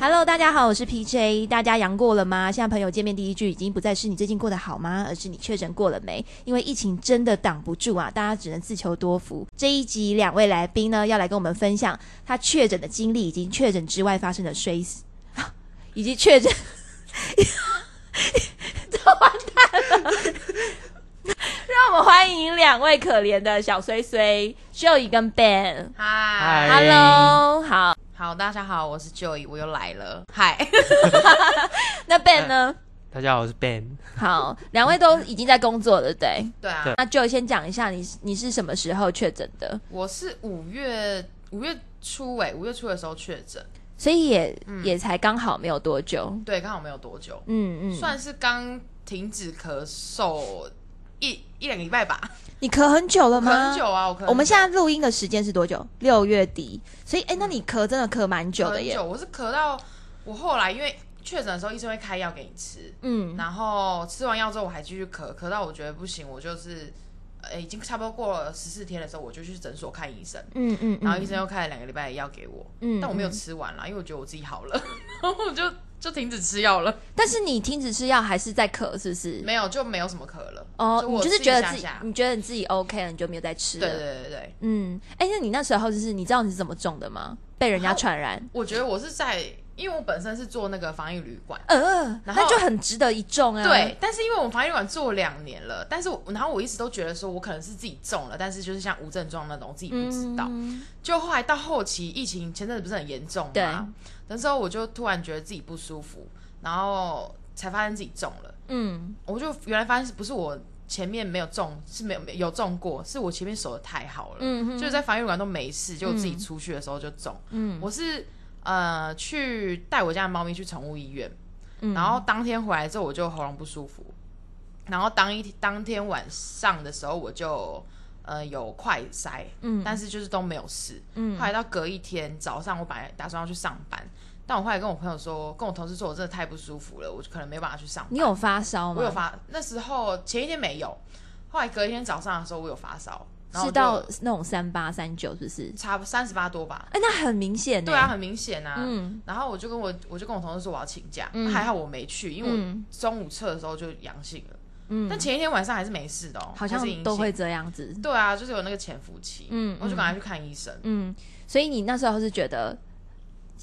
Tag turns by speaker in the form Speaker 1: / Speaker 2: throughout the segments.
Speaker 1: Hello，大家好，我是 PJ。大家阳过了吗？现在朋友见面第一句已经不再是你最近过得好吗，而是你确诊过了没？因为疫情真的挡不住啊，大家只能自求多福。这一集两位来宾呢，要来跟我们分享他确诊的经历，以及确诊之外发生的衰 死，以及确诊， 这完蛋了。让我们欢迎两位可怜的小衰衰，Joey 跟 Ben。
Speaker 2: 嗨，
Speaker 3: 嗨
Speaker 1: Hello，好，
Speaker 2: 好，大家好，我是 Joy，我又来了。嗨，
Speaker 1: 那 Ben 呢？
Speaker 3: 大家好，我是 Ben。
Speaker 1: 好，两位都已经在工作了，对不对？
Speaker 2: 对啊，
Speaker 3: 对
Speaker 1: 那就先讲一下你是你是什么时候确诊的，
Speaker 2: 我是五月五月初哎、五月初的时候确诊，
Speaker 1: 所以也、
Speaker 2: 嗯
Speaker 1: 也才刚好没有多久。
Speaker 2: 对，刚好没有多久，
Speaker 1: 嗯嗯，
Speaker 2: 算是刚停止咳嗽一一两个礼拜吧，
Speaker 1: 你咳很久了
Speaker 2: 咳
Speaker 1: 吗？
Speaker 2: 很久。啊，我咳很久。
Speaker 1: 我们现在录音的时间是多久？六月底，所以哎、那你咳真的咳蛮久
Speaker 2: 咳
Speaker 1: 的
Speaker 2: 嗯很
Speaker 1: 耶
Speaker 2: 久，。我是咳到我后来因为确诊的时候，医生会开药给你吃，
Speaker 1: 嗯，
Speaker 2: 然后吃完药之后我还继续咳，咳到我觉得不行，我就是呃已经差不多过了十四天的时候，我就去诊所看医生。
Speaker 1: 嗯嗯，
Speaker 2: 然后医
Speaker 1: 嗯
Speaker 2: 生又开了两个礼拜的药给我，
Speaker 1: 嗯
Speaker 2: 但我没有吃完啦，因为我觉得我自己好了，然后我就就停止吃药了，
Speaker 1: 但是你停止吃药还是在咳，是不是？
Speaker 2: 没有就没有什么咳了。
Speaker 1: 哦，
Speaker 2: 所以
Speaker 1: 你
Speaker 2: 我
Speaker 1: 就是
Speaker 2: 吃一
Speaker 1: 觉得
Speaker 2: 下
Speaker 1: 自己
Speaker 2: 下，
Speaker 1: 你觉得你自己 OK 了，你就没有再吃
Speaker 2: 对
Speaker 1: 了。
Speaker 2: 对对对对，
Speaker 1: 嗯，哎、那你那时候就是你知道你是怎么中的吗？被人家
Speaker 2: 啊
Speaker 1: 传染？
Speaker 2: 我觉得我是在，因为我本身是做那个防疫旅馆。
Speaker 1: 呃，
Speaker 2: 然
Speaker 1: 那
Speaker 2: 后
Speaker 1: 就很值得一中啊。
Speaker 2: 对，，但是因为我们防疫旅馆做两年了，但是我然后我一直都觉得说我可能是自己中了，但是就是像无症状那种，我自己不知道。
Speaker 1: 嗯
Speaker 2: 就后来到后期疫情前阵子不是很严重
Speaker 1: 对
Speaker 2: 嘛，那时候我就突然觉得自己不舒服，然后才发现自己中了。
Speaker 1: 嗯，
Speaker 2: 我就原来发现是不是我前面没有中，是没有有中过，是我前面守的太好了，
Speaker 1: 嗯哼
Speaker 2: 就是在防疫旅馆都没事，就我自己出去的时候就中。
Speaker 1: 嗯
Speaker 2: 我是呃去带我家的猫咪去宠物医院，
Speaker 1: 嗯
Speaker 2: 然后当天回来之后我就喉咙不舒服，然后当一当天晚上的时候我就呃有快塞，
Speaker 1: 嗯
Speaker 2: 但是就是都没有事。
Speaker 1: 嗯
Speaker 2: 后来到隔一天早上，我本来打算要去上班。但我后来跟我朋友说，跟我同事说，我真的太不舒服了，我可能没办法去上班。
Speaker 1: 你有发烧吗？
Speaker 2: 我有发，那时候前一天没有，后来隔一天早上的时候我有发烧，然
Speaker 1: 是
Speaker 2: 后我
Speaker 1: 到
Speaker 2: 就
Speaker 1: 那种三八三九，是不是？
Speaker 2: 差三十八多吧。
Speaker 1: 哎、那很明显、欸。
Speaker 2: 对啊，，很明显啊。
Speaker 1: 嗯
Speaker 2: 然后我就跟我我就跟我同事说我要请假，
Speaker 1: 嗯
Speaker 2: 还好我没去，因为
Speaker 1: 嗯
Speaker 2: 我中午测的时候就阳性了，
Speaker 1: 嗯
Speaker 2: 但前一天晚上还是没事的哦，
Speaker 1: 欸好
Speaker 2: 还是阴
Speaker 1: 像
Speaker 2: 性
Speaker 1: 都会。这样子。
Speaker 2: 对啊，就是有那个潜伏期，
Speaker 1: 嗯
Speaker 2: 我就赶快去看医生。
Speaker 1: 嗯，所以你那时候是觉得，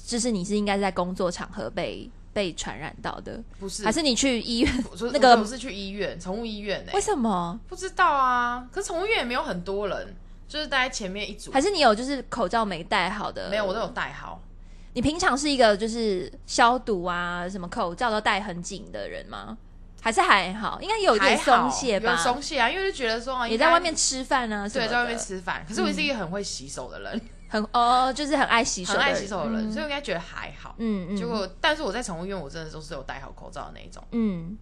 Speaker 1: 就是你是应该在工作场合被被传染到的，
Speaker 2: 不是
Speaker 1: 还，是你去医院？
Speaker 2: 我说
Speaker 1: 那个
Speaker 2: 我是去医院，宠物医院呢、
Speaker 1: 为什么？
Speaker 2: 不知道啊，可是宠物医院也没有很多人，就是大概前面一组
Speaker 1: 还，是你有就是口罩没戴好的？
Speaker 2: 没有，我都有戴好。
Speaker 1: 你平常是一个就是消毒啊，什么口罩都戴很紧的人吗？还是还好？应该有一点
Speaker 2: 还好
Speaker 1: 松懈吧
Speaker 2: 有。松懈啊，因为就觉得说啊
Speaker 1: 也在外面，吃饭啊，
Speaker 2: 应
Speaker 1: 什么
Speaker 2: 该对，
Speaker 1: 的
Speaker 2: 在外面吃饭。可是我是一个很会洗手的人，
Speaker 1: 很哦，就是很爱洗手
Speaker 2: 很
Speaker 1: 的人，
Speaker 2: 爱洗手的人，
Speaker 1: 嗯
Speaker 2: 所以我应该觉得还好。
Speaker 1: 嗯嗯，
Speaker 2: 结果，但是我在宠物医院，我真的都是有戴好口罩的那一种。
Speaker 1: 嗯，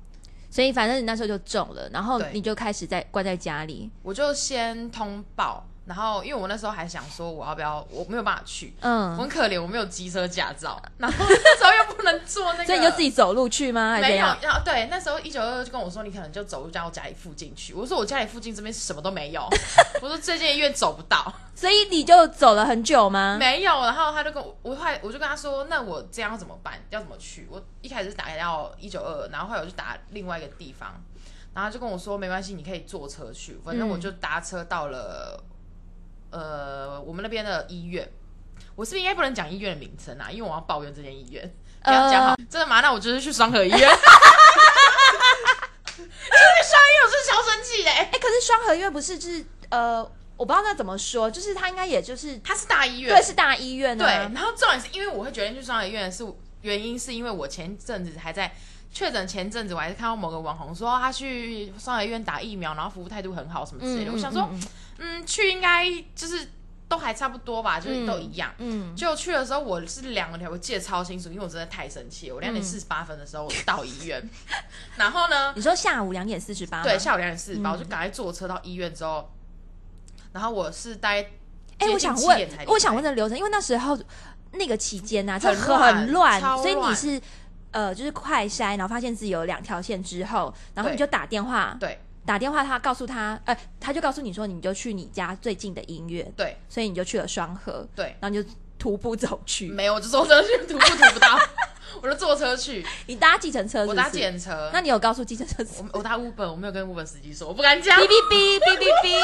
Speaker 1: 所以反正你那时候就中了，然后
Speaker 2: 对
Speaker 1: 你就开始在关在家里，
Speaker 2: 我就先通报，然后因为我那时候还想说我要不要，我没有办法去，我
Speaker 1: 嗯
Speaker 2: 很，可怜，我没有机车驾照，然后那时候又不能坐那个，
Speaker 1: 所以你就自己走路去吗？还是 怎
Speaker 2: 没有
Speaker 1: 样？，
Speaker 2: 要对，那时候一九二就跟我说，你可能就走路到我家里附近去。我说我家里附近这边什么都没有，我说这间医院走不到。
Speaker 1: 所以你就走了很久吗？
Speaker 2: 没有，然后他就跟我，我后来我就跟他说，那我这样要怎么办？要怎么去？我一开始是打到一九二，然后后来我就打另外一个地方，然后他就跟我说没关系，你可以坐车去，反正
Speaker 1: 嗯
Speaker 2: 我就搭车到了，呃，我们那边的医院。我是不是应该不能讲医院的名称啊？因为我要抱怨这间医院，不要讲好。真的吗？那我就是去双河医院。 就是去双河医院，我是超生气的、欸。
Speaker 1: 哎、可是双合医院不是就是呃，我不知道那怎么说，就是它应该也就是
Speaker 2: 他是大医院，
Speaker 1: 对是大医院
Speaker 2: 对，
Speaker 1: 啊
Speaker 2: 然，后重点是因为我会决定去双人医院是原因，是因为我前阵子还在确诊前阵子，我还是看到某个网红说他去双人医院打疫苗，然后服务态度很好什么之类的。我想说，
Speaker 1: 嗯
Speaker 2: 嗯，去应该就是都还差不多吧，就是都一样。
Speaker 1: 嗯，
Speaker 2: 就去的时候，我是两条，我记得超清楚，因为我真的太生气了。我两
Speaker 1: 嗯
Speaker 2: 点四十八分的时候我到医院， 然后呢，
Speaker 1: 你说下午两点四十八，
Speaker 2: 对，下午两点四十八，
Speaker 1: 嗯
Speaker 2: 我就赶快坐车到医院之后，然后我是待
Speaker 1: 哎、
Speaker 2: 接
Speaker 1: 我
Speaker 2: 近
Speaker 1: 想
Speaker 2: 七
Speaker 1: 问
Speaker 2: 点才，离
Speaker 1: 我想
Speaker 2: 开
Speaker 1: 问这个流程，因为那时候那个期间呐、啊，这
Speaker 2: 很
Speaker 1: 很乱
Speaker 2: 乱，超
Speaker 1: 所以你
Speaker 2: 乱
Speaker 1: 是呃，就是快筛，然后发现自己有两条线之后，然后你
Speaker 2: 对
Speaker 1: 就打电话，
Speaker 2: 对
Speaker 1: 打电话他告诉他，呃，他就告诉你说，你就去你家最近的医院，
Speaker 2: 对
Speaker 1: 所以你就去了双河，
Speaker 2: 对，嗯
Speaker 1: 然后你就徒步走去，
Speaker 2: 没有，我就坐车去，徒步徒不 到，我就坐车去，
Speaker 1: 你搭计程车是不
Speaker 2: 我
Speaker 1: 是
Speaker 2: 搭检车
Speaker 1: 那。你有告诉计程车司
Speaker 2: 我
Speaker 1: 机？
Speaker 2: 我搭 Uber，我没有跟 Uber 司机说，我不敢讲，
Speaker 1: 哔
Speaker 2: 我
Speaker 1: 哔哔哔哔哔，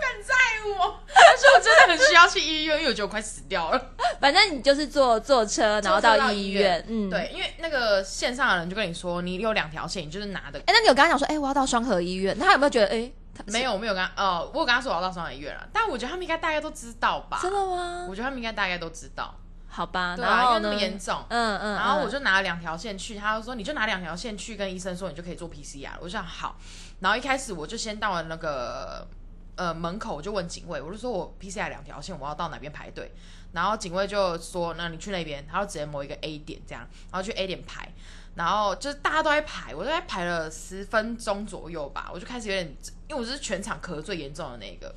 Speaker 2: 敢在我。但是我真的很需要去医院，因为我觉得我快死掉了。
Speaker 1: 反正你就是坐坐车， 然后
Speaker 2: 坐
Speaker 1: 到
Speaker 2: 车到
Speaker 1: 医
Speaker 2: 医院
Speaker 1: 嗯，。
Speaker 2: 对，因为那个线上的人就跟你说，你有两条线，你就是拿的。
Speaker 1: 哎、那你有跟他讲说，哎、我要到双河医院，那他有没有觉得，哎、他
Speaker 2: 没有，我没有跟他，呃，我有跟他说我要到双海医院了，啊但我觉得他们应该大概都知道吧。
Speaker 1: 真的吗？
Speaker 2: 我觉得他们应该大概都知道，
Speaker 1: 好吧，
Speaker 2: 对
Speaker 1: 然
Speaker 2: 啊，因
Speaker 1: 后
Speaker 2: 为
Speaker 1: 呢
Speaker 2: 那么？严重。
Speaker 1: 嗯嗯，
Speaker 2: 然后我
Speaker 1: 嗯
Speaker 2: 就拿了两条线去，他就说你就拿两条线去跟医生说，你就可以做 PCR。我就想好，然后一开始我就先到了那个呃门口，我就问警卫，我就说我 PCR 两条线，我要到哪边排队？然后警卫就说，那你去那边，他就直接某一个 A 点这样，然后去 A 点排。然后就是大家都在排，我大概排了十分钟左右吧，我就开始有点，因为我是全场咳最严重的那一个，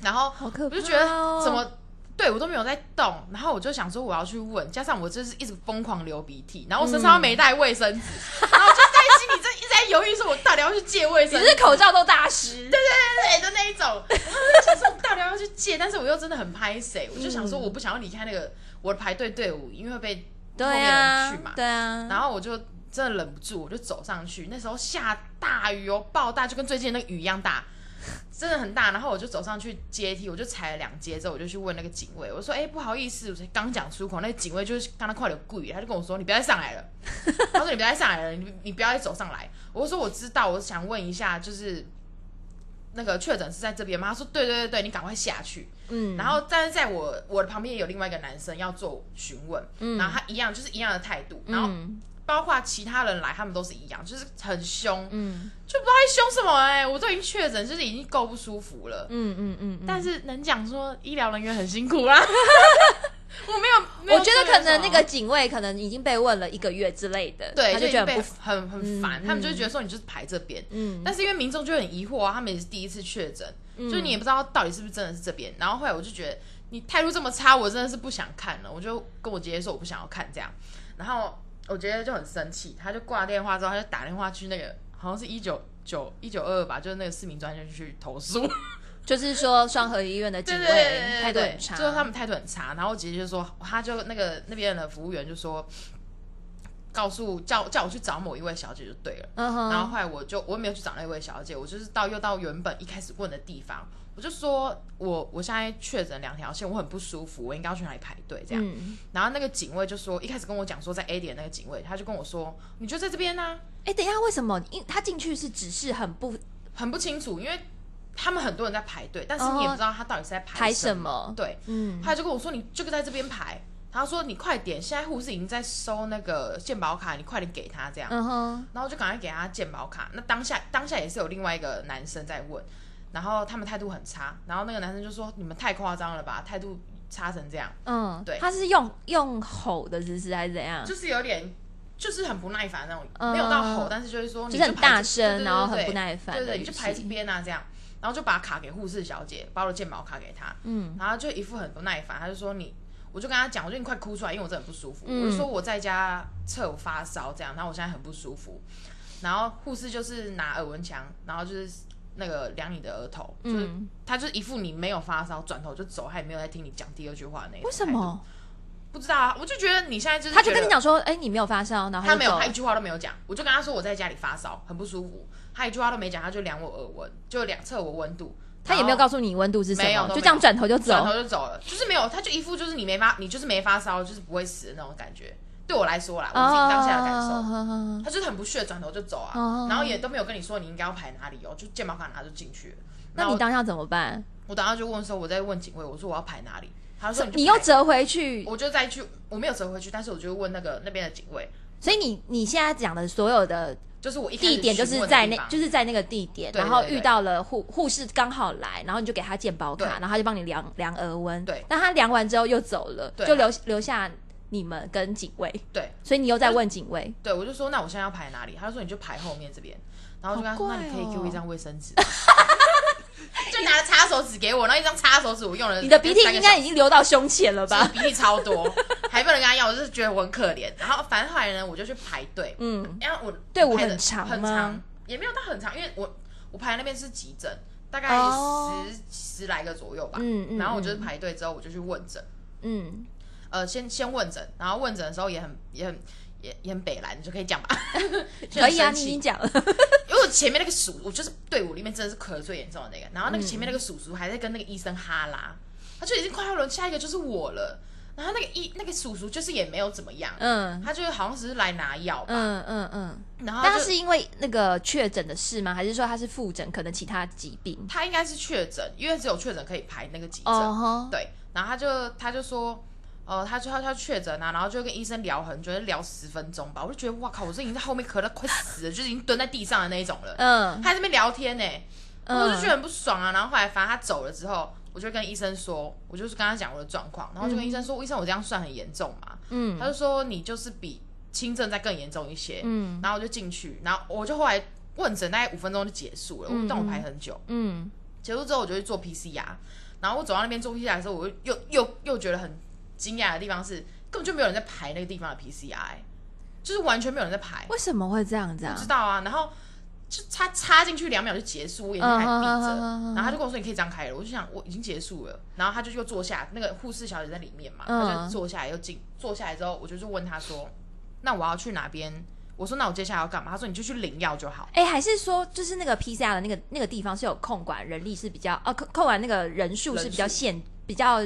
Speaker 2: 然后
Speaker 1: 好可
Speaker 2: 我
Speaker 1: 怕、哦
Speaker 2: 就觉得怎？么对我都没有在动，然后我就想说我要去问，加上我就是一直疯狂流鼻涕，然后我身
Speaker 1: 嗯
Speaker 2: 上又没带卫生纸，然后我就在心里这一直在犹豫，说我到底要去借卫
Speaker 1: 你
Speaker 2: 生纸
Speaker 1: 是口罩都大湿，对
Speaker 2: 对的那一种，然后我就想说我到底要去借，但是我又真的很拍谁，我就想
Speaker 1: 嗯
Speaker 2: 说我不想要离开那个我的排队队伍，因为会被后面的
Speaker 1: 啊
Speaker 2: 人去嘛，，
Speaker 1: 对啊。
Speaker 2: 然后我就真的忍不住，我就走上去。那时候下大雨哦，暴大，就跟最近那个雨一样大，真的很大。然后我就走上去阶梯，我就踩了两阶之后，我就去问那个警卫，我说：“哎、不好意思，我才刚讲出口，那个警卫就是刚才快点跪，他就跟我说：‘你不要再上来了。’他说：‘你不要再上来了，你你不要再走上来。’我就说：‘我知道，我想问一下，就是。”那个确诊是在这边吗？他说对对对对，你赶快下去。
Speaker 1: 嗯，
Speaker 2: 然后，但是在我我的旁边也有另外一个男生要做询问，
Speaker 1: 嗯
Speaker 2: 然后他一样就是一样的态度，然后
Speaker 1: 嗯
Speaker 2: 包括其他人来，他们都是一样，就是很凶，
Speaker 1: 嗯
Speaker 2: 就不知道在凶什么哎、我都已经确诊，就是已经够不舒服了。
Speaker 1: 嗯嗯嗯，嗯
Speaker 2: 但是能讲说医疗人员很辛苦啦，我没有，没 有
Speaker 1: 我觉得
Speaker 2: 这
Speaker 1: 可能那
Speaker 2: 什
Speaker 1: 个
Speaker 2: 么
Speaker 1: 警卫可能已经被问了一个月之类的，
Speaker 2: 啊对
Speaker 1: 他就
Speaker 2: 已
Speaker 1: 觉
Speaker 2: 经
Speaker 1: 得
Speaker 2: 被
Speaker 1: 很不，
Speaker 2: 很很烦，
Speaker 1: 嗯
Speaker 2: 他们就
Speaker 1: 嗯
Speaker 2: 觉得说你就是排这边，
Speaker 1: 嗯，
Speaker 2: 但是因为民众就很疑惑啊，他们也是第一次确诊，
Speaker 1: 嗯
Speaker 2: 就你也不知道到底是不是真的是这边。然后后来我就觉得你态度这么差，我真的是不想看了，我就跟我姐姐说我不想要看这样。然后我姐姐就很生气，她就挂电话之后，她就打电话去那个好像是一九九一九二二吧，就是那个市民专线去投诉。
Speaker 1: 就是说双河医院的警
Speaker 2: 对对
Speaker 1: 卫态度
Speaker 2: 对对对
Speaker 1: 很，差，
Speaker 2: 就是他们态度很差。然后我姐姐就说，她就那个那边的服务员就说，告诉叫叫我去找某一位小姐就对了。
Speaker 1: 嗯
Speaker 2: 然后
Speaker 1: 哼，
Speaker 2: 后来我就我也没有去找那位小姐，我就是到又到原本一开始问的地方，我就说我我现在确诊两条线，我很不舒服，我应该要去哪里排队这样。
Speaker 1: 嗯，
Speaker 2: 然后那个警卫就说，一开始跟我讲说在 A 点那个警卫，他就跟我说你就在这边呐、
Speaker 1: 哎，等一下，为什么？因他进去是只是很不
Speaker 2: 很不清楚，因为他们很多人在排队，但是你也不知道他到底是在
Speaker 1: 排
Speaker 2: 什
Speaker 1: 什么，
Speaker 2: 对，
Speaker 1: 嗯
Speaker 2: 他就跟我说你就在这边排，他说你快点，现在护士已经在收那个健保卡，你快点给他这样。
Speaker 1: 嗯哼，
Speaker 2: 然后就赶快给他健保卡。那当下当下也是有另外一个男生在问，然后他们态度很差，然后那个男生就说：“你们太夸张了吧，态度差成这样，
Speaker 1: 嗯，
Speaker 2: 对
Speaker 1: 他是用用吼的姿势还是怎样？
Speaker 2: 就是有点就是很不耐烦那种，
Speaker 1: 嗯
Speaker 2: 没有到吼，但是就是说
Speaker 1: 就
Speaker 2: 你
Speaker 1: 是很
Speaker 2: 排这
Speaker 1: 大声
Speaker 2: 对对对对
Speaker 1: 然后很不耐烦的
Speaker 2: 对对，
Speaker 1: 语
Speaker 2: 你
Speaker 1: 气
Speaker 2: 就排这边啊这样。”然后就把卡给护士小姐，把我的健保卡给她，
Speaker 1: 嗯
Speaker 2: 然后就一副很不耐烦，他就说你，我就跟他讲，我说你快哭出来，因为我真的很不舒服。
Speaker 1: 嗯
Speaker 2: 我就说我在家测我发烧这样，然后我现在很不舒服。然后护士就是拿耳温枪，然后就是那个量你的额头，就是
Speaker 1: 嗯，
Speaker 2: 他就是一副你没有发烧，转头就走，他也没有在听你讲第二句话的那种
Speaker 1: 为什
Speaker 2: 态度？
Speaker 1: 么？
Speaker 2: 不知道啊，我就觉得你现在就是
Speaker 1: 他就跟
Speaker 2: 觉
Speaker 1: 你
Speaker 2: 得
Speaker 1: 讲说，哎、你没有发烧，然后
Speaker 2: 他
Speaker 1: 就
Speaker 2: 没有，
Speaker 1: 走
Speaker 2: 他一句话都没有讲。我就跟他说我在家里发烧，很不舒服，他一句话都没讲，他就量我耳温，就量测我温度。
Speaker 1: 他也没有告诉你温度是什
Speaker 2: 没有
Speaker 1: 么，
Speaker 2: 都
Speaker 1: 就这样
Speaker 2: 没有
Speaker 1: 转头就
Speaker 2: 转
Speaker 1: 走
Speaker 2: 头。就走了，就是没有，他就一副就是你没发，你就是没发烧，就是不会死的那种感觉。对我来说啦，我自己当下的感受，
Speaker 1: 哦
Speaker 2: 他就是很不屑，转头就走啊，
Speaker 1: 哦
Speaker 2: 然后也都没有跟你说你应该要排哪里哦，就健保卡拿就进去了。
Speaker 1: 那
Speaker 2: 然后
Speaker 1: 你
Speaker 2: 我
Speaker 1: 当下怎么办？
Speaker 2: 我等下就问说，我在问警卫，我说我要排哪里，他说
Speaker 1: 你
Speaker 2: 你就
Speaker 1: 又
Speaker 2: 排，
Speaker 1: 折回去，
Speaker 2: 我就再去，我没有折回去，但是我就问那个那边的警卫，
Speaker 1: 所以你你现在讲的所有的
Speaker 2: 就是我一开始
Speaker 1: 地点就
Speaker 2: 询
Speaker 1: 是
Speaker 2: 问的
Speaker 1: 在
Speaker 2: 地
Speaker 1: 那，
Speaker 2: 方
Speaker 1: 就是在那个地点，
Speaker 2: 对对
Speaker 1: 然后
Speaker 2: 对对
Speaker 1: 遇到了护护士刚好来，然后你就给他健保卡，
Speaker 2: 对
Speaker 1: 然后他就帮你量量额温。
Speaker 2: 对
Speaker 1: 但他量完之后又走了，
Speaker 2: 对
Speaker 1: 就留留下你们跟警卫，
Speaker 2: 对
Speaker 1: 所以你又在问警卫。
Speaker 2: 对，我就说那我现在要排哪里，他就说你就排后面这边，然后我就跟他
Speaker 1: 好
Speaker 2: 说、
Speaker 1: 怪
Speaker 2: 那你可以给我
Speaker 1: 哦
Speaker 2: 一张卫生纸吗，拿了擦手纸给我，然后一张擦手纸我用了，
Speaker 1: 你的鼻涕应该已经流到胸前了吧？
Speaker 2: 鼻涕超多，还不能跟他要，我就是觉得我很可怜。然后反正后来呢，我就去排队，
Speaker 1: 嗯，
Speaker 2: 然后 我
Speaker 1: 队伍
Speaker 2: 排得
Speaker 1: 很长
Speaker 2: 很
Speaker 1: 吗
Speaker 2: 长，也没有到很长，因为我我排那边是急诊，大概
Speaker 1: 哦
Speaker 2: 十十来个左右吧。
Speaker 1: 嗯嗯
Speaker 2: 然后我就是排队之后，我就去问诊，
Speaker 1: 嗯，
Speaker 2: 呃，先先问诊，然后问诊的时候也很也很也也很北蓝，你就可以讲吧， 就
Speaker 1: 可
Speaker 2: 很
Speaker 1: 以啊，
Speaker 2: 生
Speaker 1: 你
Speaker 2: 气
Speaker 1: 已经讲了，
Speaker 2: 因为我前面那个叔，我就是队伍里面真的是咳得最严重的那个，然后那个前
Speaker 1: 嗯
Speaker 2: 面那个叔叔还在跟那个医生哈拉，他就已经快要轮下一个就是我了，然后那个医那个叔叔就是也没有怎么样，
Speaker 1: 嗯
Speaker 2: 他就是好像只是来拿药吧，
Speaker 1: 嗯嗯嗯。
Speaker 2: 然后
Speaker 1: 但
Speaker 2: 他
Speaker 1: 他
Speaker 2: 就是
Speaker 1: 因为那个确诊的事吗？还是说他是复诊，可能其他疾病？
Speaker 2: 他应该是确诊，因为只有确诊可以排那个急诊，
Speaker 1: 哦
Speaker 2: 对，然后他就他就说。呃，他就他他确诊啊，然后就跟医生聊很久，就聊十分钟吧。我就觉得哇靠，我这已经在后面咳到快死了，就是已经蹲在地上的那一种了。
Speaker 1: 嗯
Speaker 2: 他还在那边聊天呢、欸
Speaker 1: 嗯
Speaker 2: 我就觉得很不爽啊。然后后来反正他走了之后，我就跟医生说，我就是跟他讲我的状况，然后就跟医生说，医生我这样算很严重嘛？
Speaker 1: 嗯
Speaker 2: 他就说你就是比轻症再更严重一些。
Speaker 1: 嗯
Speaker 2: 然后我就进去，然后我就后来问诊，大概五分钟就结束了，
Speaker 1: 嗯
Speaker 2: 我但我排很久。
Speaker 1: 嗯
Speaker 2: 结束之后我就去做 PCR，然后我走到那边做 PCR 的时候，我又又又觉得很惊讶的地方是，根本就没有人在排那个地方的 PCR，、欸就是完全没有人在排。
Speaker 1: 为什么会这样子啊
Speaker 2: 不知？道啊。然后就插插进去两秒就结束，我眼睛还闭着。
Speaker 1: 嗯嗯嗯嗯嗯嗯
Speaker 2: 然后他就跟我说你可以张开了，我就想我已经结束了。然后他就又坐下，那个护士小姐在里面嘛，
Speaker 1: 嗯
Speaker 2: 他就坐下来又进坐下来之后，我就就问他说，那我要去哪边？我说那我接下来要干嘛？他说你就去领药就好。
Speaker 1: 哎、还是说就是那个 PCR 的那个那个地方是有控管人力是比较哦，控控管那个人数是比较
Speaker 2: 人数
Speaker 1: 限比较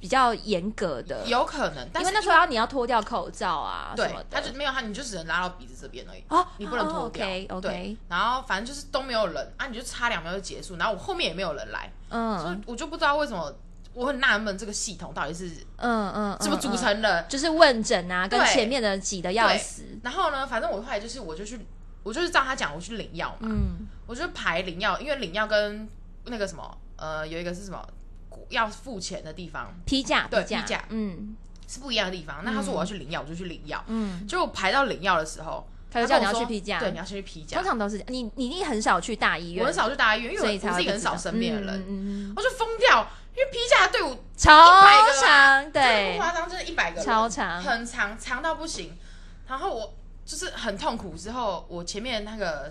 Speaker 1: 比较严格的，
Speaker 2: 有可能，
Speaker 1: 呃
Speaker 2: 但
Speaker 1: 因
Speaker 2: 是
Speaker 1: 为那时候要你要脱掉口罩啊什
Speaker 2: 对
Speaker 1: 么的，，
Speaker 2: 他就没有他，你就只能拉到鼻子这边而已。
Speaker 1: 哦，
Speaker 2: 你不能脱掉。
Speaker 1: OK OK，
Speaker 2: 对，然后反正就是都没有人啊，你就差两秒就结束，然后我后面也没有人来，所以
Speaker 1: 嗯
Speaker 2: 我就不知道为什么，我很纳闷这个系统到底是
Speaker 1: 嗯嗯，
Speaker 2: 怎么
Speaker 1: 嗯
Speaker 2: 组？成的。
Speaker 1: 嗯就是问诊啊，跟
Speaker 2: 对
Speaker 1: 前面的挤得要死，
Speaker 2: 然后呢，反正我后来就是我就去，我就是照他讲，我去领药嘛，
Speaker 1: 嗯
Speaker 2: 我就排领药，因为领药跟那个什么，呃，有一个是什么要付钱的地方
Speaker 1: 批假
Speaker 2: 对
Speaker 1: 价
Speaker 2: 批假
Speaker 1: 嗯
Speaker 2: 是不一样的地方。那他说我要去领药，我就去领药。
Speaker 1: 嗯，
Speaker 2: 就我排到领药的时候，
Speaker 1: 他就叫你要
Speaker 2: 跟我
Speaker 1: 去
Speaker 2: 说
Speaker 1: 批假，
Speaker 2: 对，你要先去批假
Speaker 1: 通。常都是你你一定很少去大医院，
Speaker 2: 我很，少去大医院，因为
Speaker 1: 所以
Speaker 2: 我
Speaker 1: 才
Speaker 2: 我
Speaker 1: 会
Speaker 2: 自己
Speaker 1: 不
Speaker 2: 很
Speaker 1: 知道
Speaker 2: 少身边的
Speaker 1: 嗯
Speaker 2: 人，
Speaker 1: 嗯嗯嗯
Speaker 2: 我就疯掉，因为批假的队伍
Speaker 1: 超
Speaker 2: 个
Speaker 1: 长
Speaker 2: 真的不
Speaker 1: 对，
Speaker 2: 夸张，就是一百个人
Speaker 1: 超长
Speaker 2: 很长，长到不行。然后我就是很痛苦。之后我前面那个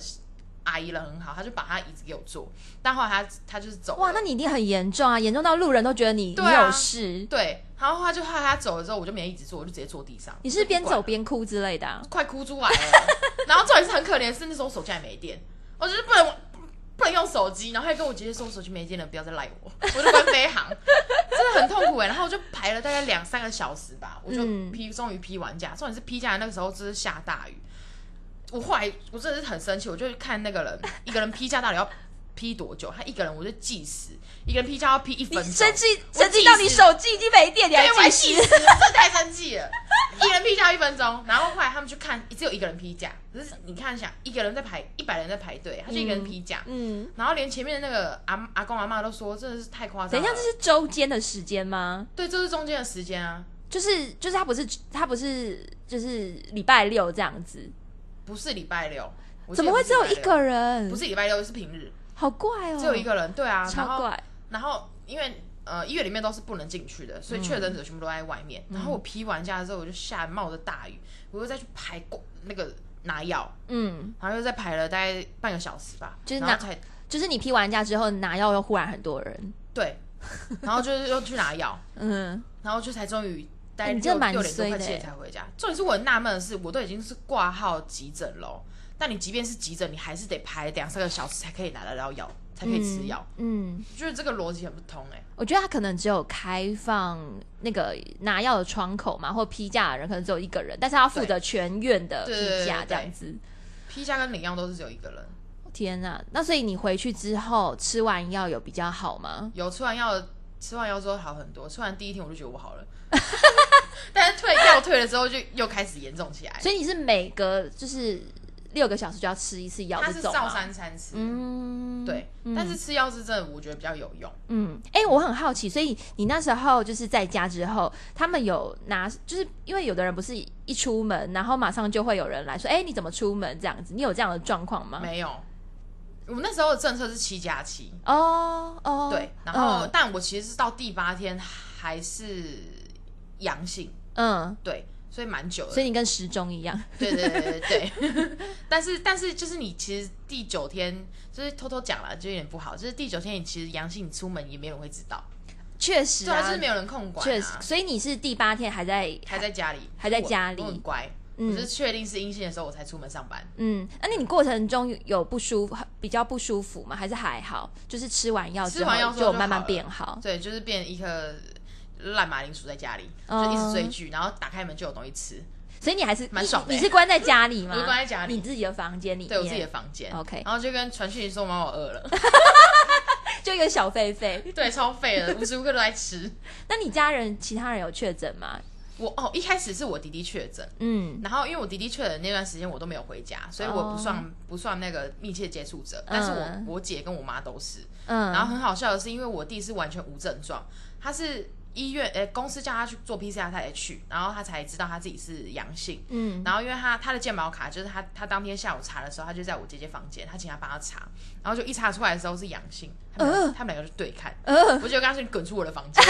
Speaker 2: 阿姨人很好，她就把她椅子给我坐，但后来她她就是走了。
Speaker 1: 哇，那你一定很严重啊，严重到路人都觉得你、
Speaker 2: 对
Speaker 1: 你
Speaker 2: 啊
Speaker 1: 有事，
Speaker 2: 对，然后她就后来她走了之后，我就没椅子坐，我就直接坐地上。
Speaker 1: 你是不是边
Speaker 2: 不管
Speaker 1: 走
Speaker 2: 了
Speaker 1: 边哭之类的、啊。
Speaker 2: 快哭出来了。 然后重点是很可怜，是那时候手机还没电，我就是不能不能用手机，然后还跟我姐姐说手机没电了，不要再赖我， 我就关飞航，真的很痛苦哎、然后我就排了大概两三个小时吧，我就
Speaker 1: 嗯
Speaker 2: 批终于批完假，重点是批假的那个时候就是下大雨，我后来我真的是很生气，我就看那个人一个人批假到底要。批多久？他一个人我就计时，一个人批假要批一分
Speaker 1: 你
Speaker 2: 钟。
Speaker 1: 生气，
Speaker 2: 我
Speaker 1: 生气
Speaker 2: 计
Speaker 1: 到你
Speaker 2: 时
Speaker 1: 手机已经没电，你还
Speaker 2: 对，我还
Speaker 1: 计
Speaker 2: 气
Speaker 1: 时？
Speaker 2: 死，这太生气了。一人批假一分钟，然后后来他们去看，只有一个人批假，可是你看一下，一个人在排，一百人在排队，他就一个人批假，
Speaker 1: 嗯，
Speaker 2: 然后连前面的那个阿阿公阿妈都说，真的是太夸张了。
Speaker 1: 等一下，这是周间的时间吗？
Speaker 2: 对，这是中间的时间啊，
Speaker 1: 就是就是，他不是他不是就是礼拜六这样子，
Speaker 2: 不是礼拜六，我记
Speaker 1: 怎
Speaker 2: 得
Speaker 1: 么
Speaker 2: 不
Speaker 1: 会
Speaker 2: 是
Speaker 1: 只有
Speaker 2: 礼
Speaker 1: 一
Speaker 2: 拜六？
Speaker 1: 个人？
Speaker 2: 不，是礼拜六，是平日，
Speaker 1: 好怪哦，
Speaker 2: 只有一，个人。对啊，然
Speaker 1: 超
Speaker 2: 后
Speaker 1: 怪。
Speaker 2: 然后因为呃医院里面都是不能进去的，所以确诊者全部都在外面。然后我批完假之后，我就下冒着大雨，我又再去排过那个拿药。
Speaker 1: 嗯，
Speaker 2: 然后又再排了大概半个小时吧，
Speaker 1: 就是
Speaker 2: 然后
Speaker 1: 拿
Speaker 2: 才
Speaker 1: 就是你批完假之后拿药又忽然很多人，
Speaker 2: 对，然后就是又去拿药，
Speaker 1: 嗯，
Speaker 2: 然后就才终于待
Speaker 1: 哎
Speaker 2: 六
Speaker 1: 你真的蛮
Speaker 2: 六点多
Speaker 1: 衰
Speaker 2: 快
Speaker 1: 的
Speaker 2: 七点
Speaker 1: 欸
Speaker 2: 才回家。重点是我很纳闷的是，我都已经是挂号急诊喽，但你即便是急诊，你还是得排两三个小时才可以拿得到药，才可以吃药，
Speaker 1: 嗯，嗯。
Speaker 2: 就是这个逻辑很不通哎、
Speaker 1: 我觉得他可能只有开放那个拿药的窗口嘛，或批假的人可能只有一个人，但是他负责全院的
Speaker 2: 对对对
Speaker 1: 批假
Speaker 2: 对对
Speaker 1: 这样子。
Speaker 2: 批假跟领药都是只有一个人，
Speaker 1: 天呐、那所以你回去之后吃完药有比较好吗？
Speaker 2: 有吃完药。吃完药之后好很多，吃完第一天我就觉得我 好了，但是退药退了之后就又开始严重起来。
Speaker 1: 所以你是每隔就是六个小时就要吃一次药
Speaker 2: 它
Speaker 1: 这
Speaker 2: 是
Speaker 1: 种
Speaker 2: 照
Speaker 1: 吗
Speaker 2: 三餐吃，
Speaker 1: 啊嗯，
Speaker 2: 对，但是吃药是真的，我觉得比较有用。
Speaker 1: 嗯，哎、我很好奇，所以你那时候就是在家之后，他们有拿，就是因为有的人不是一出门，然后马上就会有人来说，哎、你怎么出门这样子？你有这样的状况吗？
Speaker 2: 没有，我们那时候的政策是七加七，
Speaker 1: 哦哦，
Speaker 2: 对，然后、
Speaker 1: 嗯
Speaker 2: 但我其实是到第八天还是阳性，
Speaker 1: 嗯，
Speaker 2: 对，所以蛮久的
Speaker 1: 所。以你跟时钟一样，
Speaker 2: 对对对对对对， 但是但是就是你其实第九天就是偷偷讲了，就有点不好。就是第九天你其实阳性，你出门也没有人会知道，
Speaker 1: 确实
Speaker 2: 对啊，
Speaker 1: 啊，
Speaker 2: 就是没有人控管、啊，
Speaker 1: 确实，所以你是第八天还在
Speaker 2: 还在家里，
Speaker 1: 还在家里
Speaker 2: 我我很乖。
Speaker 1: 嗯
Speaker 2: 我是确定是阴性的时候，我才出门上班。
Speaker 1: 嗯，那你过程中有不舒服，比较不舒服吗？还是还好？就是吃完药之
Speaker 2: 吃完药之后
Speaker 1: 就有
Speaker 2: 就
Speaker 1: 慢慢
Speaker 2: 好了
Speaker 1: 变好。
Speaker 2: 对，就是变一颗烂马铃薯在家里，
Speaker 1: 嗯
Speaker 2: 就一直追剧，然后打开门就有东西吃。
Speaker 1: 所以你还是
Speaker 2: 蛮
Speaker 1: 你
Speaker 2: 爽的
Speaker 1: 你是关在家里吗？
Speaker 2: 我是关在家里
Speaker 1: 你自己的房间里面，
Speaker 2: 对我自己的房间
Speaker 1: OK
Speaker 2: 然后就跟传讯说妈我饿了，
Speaker 1: 就一个小狒狒。
Speaker 2: 对，超废了，无时无刻都在吃。
Speaker 1: 那你家人其他人有确诊吗？
Speaker 2: 我哦，一开始是我弟弟确诊，
Speaker 1: 嗯
Speaker 2: 然后因为我弟弟确诊那段时间我都没有回家，所以我不算、不算那个密切接触者，但是我、
Speaker 1: 哦嗯
Speaker 2: 我姐跟我妈都是。
Speaker 1: 嗯，
Speaker 2: 然后很好笑的是，因为我弟是完全无症状，他是医院诶、公司叫他去做 PCR，他才去，然后他才知道他自己是阳性。
Speaker 1: 嗯
Speaker 2: 然后因为他他的健保卡就是他他当天下午查的时候，他就在我姐姐房间，他请他帮他查，然后就一查出来的时候是阳性，他们、
Speaker 1: 呃
Speaker 2: 他们两个就对看，
Speaker 1: 呃，
Speaker 2: 我就跟他说你滚出我的房间，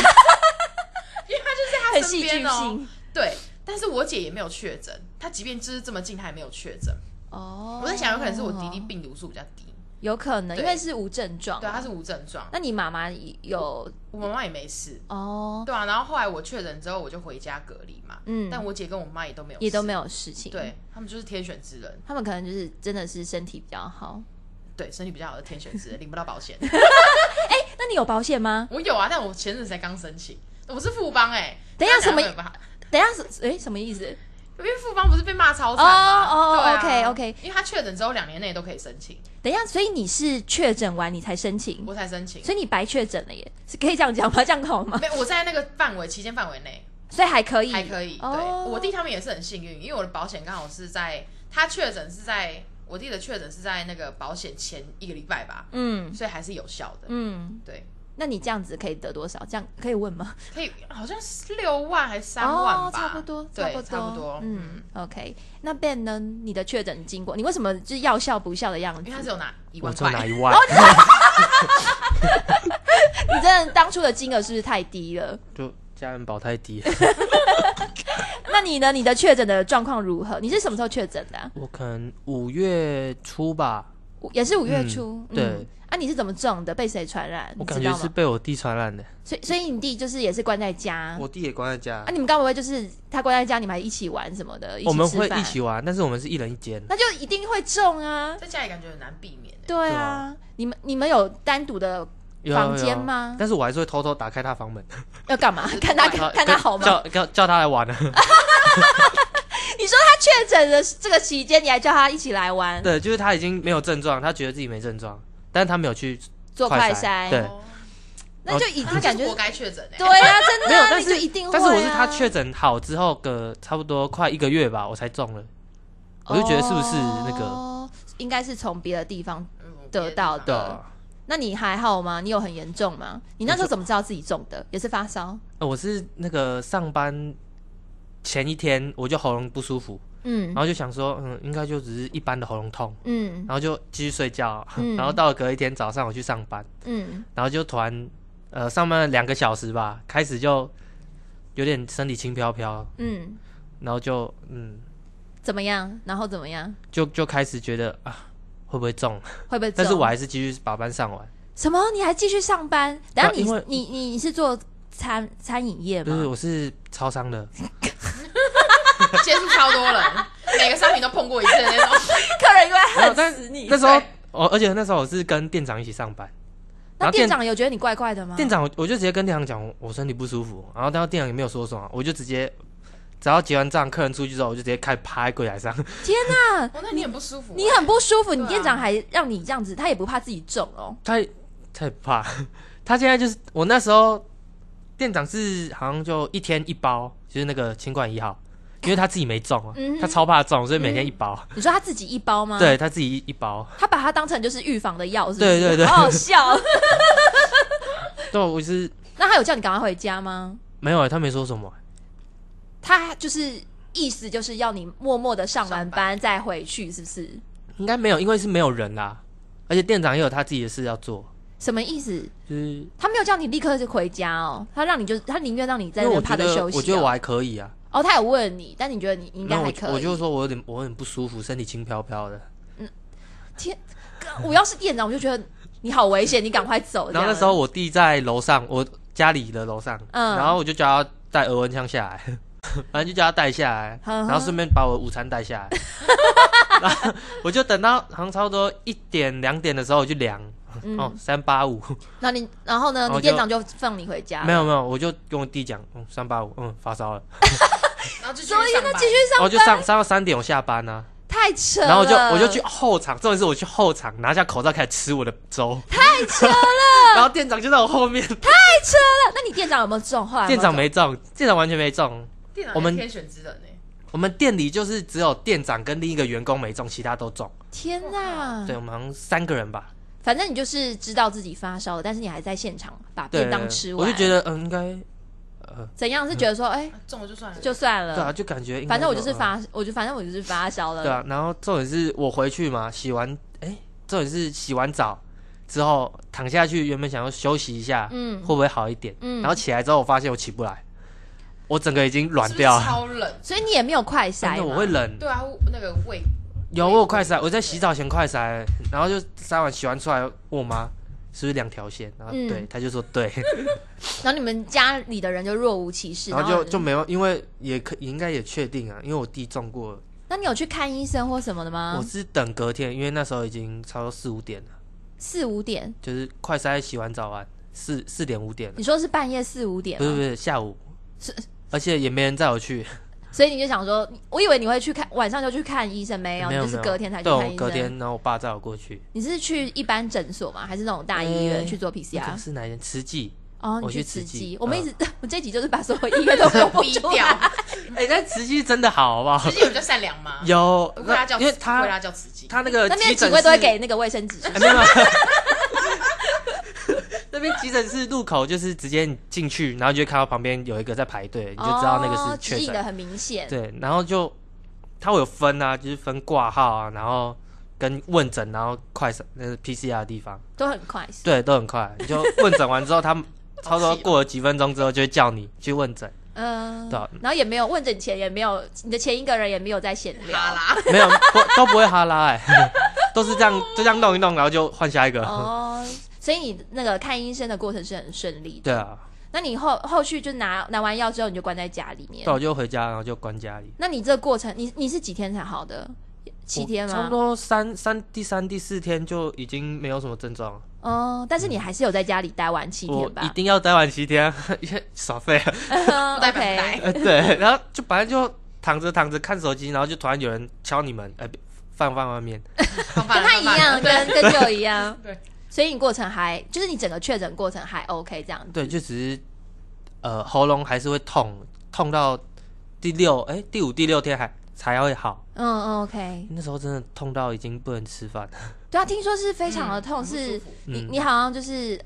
Speaker 2: 因为他
Speaker 1: 很
Speaker 2: 就是
Speaker 1: 戏
Speaker 2: 在他
Speaker 1: 剧
Speaker 2: 身边哦。
Speaker 1: 性
Speaker 2: 对，但是我姐也没有确诊，她即便就是这么近，她也没有确诊。
Speaker 1: 哦。
Speaker 2: 我在想，有可能是我弟弟，病毒数比较低，
Speaker 1: 有可能
Speaker 2: 对
Speaker 1: 因为是无症状。
Speaker 2: 对，他啊是。无症状，
Speaker 1: 那你妈妈有
Speaker 2: 我妈妈也没事。
Speaker 1: 哦，
Speaker 2: 对啊，然后后来我确诊之后，我就回家隔离嘛。
Speaker 1: 嗯，
Speaker 2: 但我姐跟我妈也都没有，
Speaker 1: 也都没
Speaker 2: 有。
Speaker 1: 有事情。，
Speaker 2: 对他们就是天选之人，
Speaker 1: 他们可能就是真的是身体比较好。
Speaker 2: 对身体比较好的天选之人，领不到保险。
Speaker 1: 那你有保险吗？
Speaker 2: 我有啊，但我前阵子才刚申请，我是富邦哎、欸。
Speaker 1: 等一下
Speaker 2: 大家
Speaker 1: 什么
Speaker 2: 没有办法
Speaker 1: 等一下是哎什么意思？
Speaker 2: 因为富邦不是被骂超惨吗？
Speaker 1: 哦哦
Speaker 2: 对啊
Speaker 1: OK，OK
Speaker 2: 因为他确诊之后两年内都可以申请，
Speaker 1: 等一下，所以你是确诊完你才申请，
Speaker 2: 我才申请。
Speaker 1: 所以你白确诊了耶，是可以这样讲吗？这样好吗？
Speaker 2: 没，我在那个范围期间范围内，
Speaker 1: 所以还可以，
Speaker 2: 还可以。对，
Speaker 1: 哦
Speaker 2: 我弟他们也是很幸运，因为我的保险刚好是在他确诊是在我弟的确诊是在那个保险前一个礼拜吧，
Speaker 1: 嗯
Speaker 2: 所以还是有效的。
Speaker 1: 嗯，
Speaker 2: 对，
Speaker 1: 那你这样子可以得多少？这样可以问吗？
Speaker 2: 可以，好像是六万还是三万吧、
Speaker 1: 哦，差不多，
Speaker 2: 对，
Speaker 1: 不多，
Speaker 2: 差不多。嗯
Speaker 1: 嗯，，OK。那 Ben 呢？你的确诊经过，你为什么就是要笑不笑的样
Speaker 2: 因
Speaker 1: 子
Speaker 2: 为？他只有拿一
Speaker 3: 我
Speaker 2: 万
Speaker 3: 就拿
Speaker 2: 块，
Speaker 3: 一
Speaker 1: 哦
Speaker 3: 万，
Speaker 1: 你真的当初的金额是不是太低了？
Speaker 3: 就家人保太低了，
Speaker 1: 那你呢？你的确诊的状况如何？你是什么时候确诊的啊、
Speaker 3: 我可能五月初吧，
Speaker 1: 五也是五月初，
Speaker 3: 嗯对
Speaker 1: 啊，你是怎么中的？被谁传染？你
Speaker 3: 我感
Speaker 1: 知
Speaker 3: 觉
Speaker 1: 道
Speaker 3: 是
Speaker 1: 吗？
Speaker 3: 被我弟传染的，
Speaker 1: 所以所以你弟就是也是关在家，
Speaker 3: 我弟也关在家
Speaker 1: 啊，，你们该不会就是他关在家，你们还一起玩什么的？
Speaker 3: 我们
Speaker 1: 吃
Speaker 3: 会
Speaker 1: 饭
Speaker 3: 一起，玩，但是我们是一人一间，
Speaker 1: 那就一定会中啊！
Speaker 2: 在家里感觉很难避免、欸。
Speaker 1: 对
Speaker 3: 对
Speaker 1: 啊
Speaker 3: 啊，
Speaker 1: 你们你们有单独的
Speaker 3: 有
Speaker 1: 房间吗
Speaker 3: 有但是我还是会偷偷打开他房门，
Speaker 1: 要干 嘛？看他
Speaker 2: 啊
Speaker 1: 看他好吗？
Speaker 3: 叫叫叫他来玩 啊，
Speaker 1: 你说他确诊的这个期间，你还叫他一起来玩
Speaker 3: 对，就是他已经没有症状，他觉得自己没症状，但是他没有去，
Speaker 1: 做
Speaker 3: 快
Speaker 1: 快
Speaker 3: 筛
Speaker 1: 筛？
Speaker 3: 对
Speaker 2: 哦，
Speaker 1: 那就一
Speaker 2: 那他
Speaker 1: 定感
Speaker 2: 就是
Speaker 1: 觉
Speaker 2: 活该确诊哎。
Speaker 1: 对啊，真的啊
Speaker 3: 没有但
Speaker 1: 你
Speaker 3: 是
Speaker 1: 就一定会啊。
Speaker 3: 但是我是他确诊好之后个差不多快一个月吧，我才中了，我就觉得是不是那个
Speaker 1: 哦应该是从别的地方。
Speaker 2: 嗯我
Speaker 1: 得到
Speaker 2: 别
Speaker 3: 对
Speaker 2: 的地
Speaker 1: 的
Speaker 3: 啊。
Speaker 1: 那你还好吗？你有很严重吗？你那时候怎么知道自己中的？也是发烧？
Speaker 3: 呃，我是那个上班前一天我就喉咙不舒服，
Speaker 1: 嗯
Speaker 3: 然后就想说，嗯，应该就只是一般的喉咙痛，
Speaker 1: 嗯
Speaker 3: 然后就继续睡觉，
Speaker 1: 嗯
Speaker 3: 然后到了隔一天早上我去上班，
Speaker 1: 嗯，
Speaker 3: 然后就突然呃上班了两个小时吧，开始就有点身体轻飘飘，
Speaker 1: 嗯，
Speaker 3: 然后就嗯
Speaker 1: 怎么样？然后怎么样？
Speaker 3: 就就开始觉得啊会不会中，
Speaker 1: 会不会中？
Speaker 3: 但是我还是继续把班上完，
Speaker 1: 什么？你还继续上班？然后你、
Speaker 3: 因为
Speaker 1: 你你你是做餐餐饮业
Speaker 3: 就是
Speaker 1: 吗？
Speaker 3: 我是超商的，
Speaker 2: 方 接触超多人，每个商品都碰过一次的那种。
Speaker 1: 客人因为
Speaker 3: 没
Speaker 1: 恨
Speaker 3: 有但
Speaker 1: 死你。
Speaker 3: 那时候
Speaker 2: 对
Speaker 3: 哦，而且那时候我是跟店长一起上班，然
Speaker 1: 那
Speaker 3: 后
Speaker 1: 店长有觉得你怪怪的吗？
Speaker 3: 店长，我我就直接跟店长讲，我我身体不舒服，然后但是店长也没有说什么，我就直接，只要结完账，客人出去之后，我就直接开始趴在柜台上，
Speaker 1: 天哪、
Speaker 2: 哦，那你很不舒服欸、
Speaker 1: 你很不舒服，
Speaker 2: 对啊
Speaker 1: 你店长还让你这样子，他也不怕自己中哦。
Speaker 3: 他他也不怕，他现在就是我那时候店长是好像就一天一包，就是那个清冠一号，因为他自己没中啊
Speaker 1: 嗯，
Speaker 3: 他超怕中，所以每天一包，
Speaker 1: 你说他自己一包吗？，
Speaker 3: 对他自己一一包，
Speaker 1: 他把它当成就是预防的药，是不是？
Speaker 3: 对对对
Speaker 1: 好好笑。
Speaker 3: 对，我是
Speaker 1: 那他有叫你赶快回家吗？
Speaker 3: 没有欸，他没说什么，
Speaker 1: 他就是意思就是要你默默的上完
Speaker 2: 上
Speaker 1: 班再回去，是不是？
Speaker 3: 应该没有，因为是没有人啦，啊而且店长也有他自己的事要做，
Speaker 1: 什么意思？
Speaker 3: 就是
Speaker 1: 他没有叫你立刻就回家哦，他让你就他宁愿让你在
Speaker 3: 因
Speaker 1: 那边
Speaker 3: 为我
Speaker 1: 趴
Speaker 3: 觉
Speaker 1: 着
Speaker 3: 得
Speaker 1: 休息、哦。
Speaker 3: 我觉得我还可以啊，
Speaker 1: 哦，他有问你，但你觉得你应该
Speaker 3: 那
Speaker 1: 还
Speaker 3: 我
Speaker 1: 可以。
Speaker 3: 我就说我有点我很不舒服，身体轻飘飘的。
Speaker 1: 我要是店长，我就觉得你好危险，你赶快走。
Speaker 3: 然后
Speaker 1: 这
Speaker 3: 那
Speaker 1: 样
Speaker 3: 时候我弟在楼上，我家里的楼上，
Speaker 1: 嗯
Speaker 3: 然后我就叫他带额温枪下来， 反正就叫他带下来，
Speaker 1: 呵呵
Speaker 3: 然后顺便把我午餐带下 来。然后我就等到好像差不多一点两点的时候我去量，
Speaker 1: 嗯
Speaker 3: 哦，三八五，
Speaker 1: 那你然后呢？
Speaker 3: 然后
Speaker 1: 你
Speaker 3: 就
Speaker 1: 店长就放你回家，
Speaker 3: 没有没有，我就跟我弟讲，嗯，三八五，嗯，发烧了，
Speaker 2: 然后继续
Speaker 1: 所以
Speaker 2: 上
Speaker 1: 那
Speaker 2: 班。
Speaker 1: 继续
Speaker 3: 然后
Speaker 1: 上
Speaker 3: 就上上到三点我下班呢、
Speaker 1: 太扯了。
Speaker 3: 然后我就我就去后场，重点是我去后场拿下口罩开始吃我的粥，
Speaker 1: 太扯了，
Speaker 3: 然后店长就在我后面，
Speaker 1: 太扯了。那你店长有没有中？后来有
Speaker 3: 店
Speaker 1: 有
Speaker 3: 长
Speaker 1: 中
Speaker 3: 没中，店长完全没中，
Speaker 2: 店长
Speaker 3: 我们
Speaker 2: 也是天选之人呢、欸
Speaker 3: 我们店里就是只有店长跟另一个员工没中，其他都中。
Speaker 1: 天哪！
Speaker 3: 对，我们好像三个人吧。
Speaker 1: 反正你就是知道自己发烧了，但是你还在现场把
Speaker 3: 对
Speaker 1: 便，当吃完，
Speaker 3: 我就觉得嗯，应该呃，
Speaker 1: 怎样是觉得说，哎，
Speaker 2: 啊中了就算了。
Speaker 1: 就算
Speaker 3: 对啊，
Speaker 1: 了，
Speaker 3: 就感觉应该
Speaker 1: 反正我就是
Speaker 3: 嗯
Speaker 1: 发，我就反正我就是发烧了，
Speaker 3: 对啊，然后重点是我回去嘛，洗完哎、重点是洗完澡之后躺下去，原本想要休息一下，
Speaker 1: 嗯
Speaker 3: 会不会好一点？
Speaker 1: 嗯
Speaker 3: 然后起来之后，我发现我起不来，我整个已经软
Speaker 2: 是不是
Speaker 3: 掉了。
Speaker 2: 超冷。
Speaker 1: 所以你也没有快
Speaker 3: 真
Speaker 1: 筛
Speaker 3: 的，
Speaker 1: 嘛
Speaker 3: 我会冷。
Speaker 2: 对啊，那个胃
Speaker 3: 有我有快塞，我在洗澡前快塞，然后就塞完洗完出来，问我妈是不是两条线？然后
Speaker 1: 嗯
Speaker 3: 对，她就说对，
Speaker 1: 然后你们家里的人就若无其事，
Speaker 3: 然后
Speaker 1: 然
Speaker 3: 就
Speaker 1: 后
Speaker 3: 就没有，因为也可应该也确定啊，因为我弟中过，
Speaker 1: 那你有去看医生或什么的吗
Speaker 3: 我？是等隔天，因为那时候已经差不多四五点了，
Speaker 1: 四五点，
Speaker 3: 就是快塞洗完澡完四四点五点了，
Speaker 1: 你说是半夜四五点
Speaker 3: 不是不
Speaker 1: 吗？
Speaker 3: 是下午
Speaker 1: 是，
Speaker 3: 而且也没人载我去，
Speaker 1: 所以你就想说，我以为你会去看，晚上就去看医生，没有，
Speaker 3: 没有
Speaker 1: 你就是
Speaker 3: 没有
Speaker 1: 隔天才去
Speaker 3: 对，
Speaker 1: 看
Speaker 3: 我
Speaker 1: 医
Speaker 3: 隔
Speaker 1: 生。
Speaker 3: 天，然后我爸载我过去，
Speaker 1: 你是去一般诊所吗？还是那种大医院
Speaker 3: 嗯
Speaker 1: 去做
Speaker 3: 那个
Speaker 1: PCR？
Speaker 3: 是哪一天？慈济，
Speaker 1: 哦，你
Speaker 3: 我去
Speaker 1: 慈
Speaker 3: 慈济
Speaker 1: 济。
Speaker 3: 嗯
Speaker 1: 我们一直，我这集就是把所有医院都公布
Speaker 2: 逼
Speaker 1: 出
Speaker 2: 掉
Speaker 1: 来。，
Speaker 3: 哎，那慈济真的好好不好
Speaker 2: 其？实有比较善良嘛。
Speaker 3: 有
Speaker 2: 我，会
Speaker 3: 那
Speaker 2: 他叫，
Speaker 3: 因为
Speaker 2: 我会他
Speaker 3: 他
Speaker 2: 叫慈济。
Speaker 3: 他那 个
Speaker 1: 那边
Speaker 3: 急
Speaker 1: 警
Speaker 3: 诊
Speaker 1: 卫都会
Speaker 3: 室
Speaker 1: 给那个卫生纸，是不是
Speaker 3: 哎 没有。没有那边急诊室入口就是直接你进去，然后就会看到旁边有一个在排队，你就知道那个
Speaker 1: 哦
Speaker 3: 是确
Speaker 1: 指引的
Speaker 3: 诊。
Speaker 1: 很明显。
Speaker 3: 对，然后就它会有分啊，就是分挂号啊，然后跟问诊，然后快审那是 PCR 的地方，
Speaker 1: 都很快速。
Speaker 3: 对，都很快。你就问诊完之后，他们差不
Speaker 2: 好
Speaker 3: 多
Speaker 2: 气哦
Speaker 3: 过了几分钟之后就会叫你去问诊，
Speaker 1: 嗯，
Speaker 3: 对啊
Speaker 1: 然后也没有问诊前也没有，你的前一个人也没有在闲 聊。
Speaker 2: 哈啦，
Speaker 3: 没有不都不会哈拉哎、 都是这样就这样弄一弄，然后就换下一个。
Speaker 1: 哦，所以你那个看医生的过程是很顺利的。
Speaker 3: 对啊，
Speaker 1: 那你后后续就拿拿完药之后，你就关在家里面
Speaker 3: 对，。我就回家，然后就关家里。
Speaker 1: 那你这过程，你你是几天才好的？七天
Speaker 3: 我差不
Speaker 1: 吗？
Speaker 3: 多三三第三第四天就已经没有什么症状了，
Speaker 1: 哦，但是你还是有在家里待完七
Speaker 3: 我
Speaker 1: 天吧
Speaker 3: 一定 要待满七天，因为耍废啊。
Speaker 1: 嗯
Speaker 2: 代白
Speaker 1: ？OK，
Speaker 2: 白。
Speaker 3: 呃对，然后就反正就躺着躺着看手机，然后就突然有人敲你门，哎、放饭外面，
Speaker 2: 跟
Speaker 1: 跟他一样，跟跟舅一 样。
Speaker 2: 对，
Speaker 1: 所以你过程还就是你整个确诊过程还 OK 这样。
Speaker 3: 对，就只是呃喉咙还是会痛，痛到第六哎、第五第六天还才会好，
Speaker 1: 嗯嗯，OK。
Speaker 3: 那时候真的痛到已经不能吃饭，
Speaker 1: 对啊，听说是非常的痛，
Speaker 3: 嗯
Speaker 1: 是你你好像就是